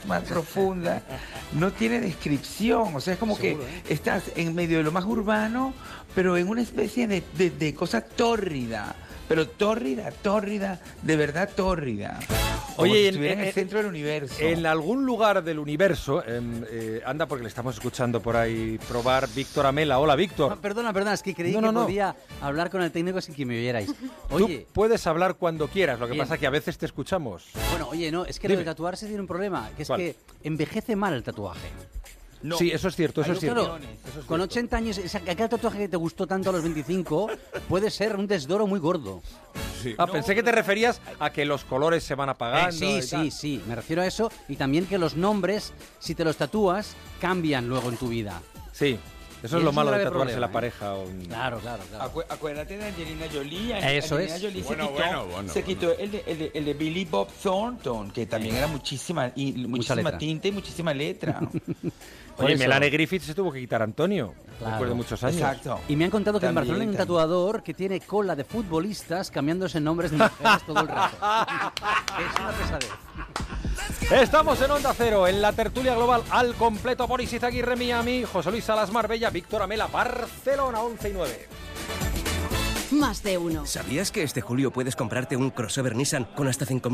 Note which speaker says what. Speaker 1: más profunda, no tiene descripción. O sea, es como
Speaker 2: Seguro,
Speaker 1: que
Speaker 2: ¿eh?
Speaker 1: estás en medio de lo más urbano, pero en una especie de, de- de cosa tórrida. Pero tórrida, tórrida, de verdad tórrida. Como
Speaker 2: Oye,
Speaker 1: si
Speaker 2: en-
Speaker 1: estuviera en,
Speaker 2: en-
Speaker 1: el centro del universo.
Speaker 2: En algún lugar del universo, em, eh, anda porque le estamos escuchando por ahí probar Víctor Amela. Hola,
Speaker 3: Ah,
Speaker 2: Víctor.
Speaker 3: perdona, perdona, es que creí
Speaker 2: No, no,
Speaker 3: que
Speaker 2: no.
Speaker 3: podía hablar con el técnico sin que me vierais.
Speaker 2: Tú
Speaker 3: Oye,
Speaker 2: puedes hablar cuando quieras, lo que
Speaker 3: Bien.
Speaker 2: pasa que a veces te escuchamos.
Speaker 3: bueno, oye, no, es que
Speaker 2: Dime.
Speaker 3: lo de tatuarse tiene un problema, que es
Speaker 2: ¿Cuál?
Speaker 3: que envejece mal el tatuaje.
Speaker 2: Sí, eso es cierto, eso
Speaker 3: Claro,
Speaker 2: es cierto.
Speaker 3: claro, con 80 años, esa- aquel tatuaje que te gustó tanto a los 25 puede ser un desdoro muy gordo.
Speaker 2: Ah, pensé que te referías a que los colores se van apagando.
Speaker 3: Eh, sí,
Speaker 2: Ah, y
Speaker 3: sí,
Speaker 2: tal.
Speaker 3: sí, me refiero a eso y también que los nombres, si te los tatúas, cambian luego en tu vida.
Speaker 2: Sí, eso
Speaker 3: Y
Speaker 2: es lo
Speaker 3: es un
Speaker 2: malo de
Speaker 3: grave
Speaker 2: tatuarse en la
Speaker 3: problema, ¿eh?
Speaker 2: pareja. o un-
Speaker 3: Claro, claro, claro.
Speaker 1: Acu- acuérdate de Angelina Jolie. Ang-
Speaker 3: Eso
Speaker 1: Angelina
Speaker 3: es.
Speaker 1: Jolie se
Speaker 4: Bueno,
Speaker 1: quitó,
Speaker 4: bueno, bueno,
Speaker 1: se
Speaker 4: bueno.
Speaker 1: quitó el, de, el de- el de Billy Bob Thornton, que también era muchísima, y, muchísima
Speaker 3: letra.
Speaker 1: tinta y muchísima letra.
Speaker 3: Por
Speaker 2: Oye,
Speaker 3: eso.
Speaker 2: Melanie Griffith se tuvo que quitar a Antonio después
Speaker 3: Claro.
Speaker 2: de muchos años.
Speaker 1: Exacto.
Speaker 3: Y me han contado que en
Speaker 1: También,
Speaker 3: Barcelona hay un
Speaker 1: también.
Speaker 3: tatuador que tiene cola de futbolistas cambiándose nombres de mujeres todo el rato. es una pesadez.
Speaker 2: Estamos en Onda Cero, en la tertulia global al completo por Isis Aguirre Miami, José Luis Salas Marbella, Víctor Amela, Barcelona 11 y 9.
Speaker 5: Más de uno.
Speaker 6: ¿Sabías que este julio puedes comprarte un crossover Nissan con hasta 5.000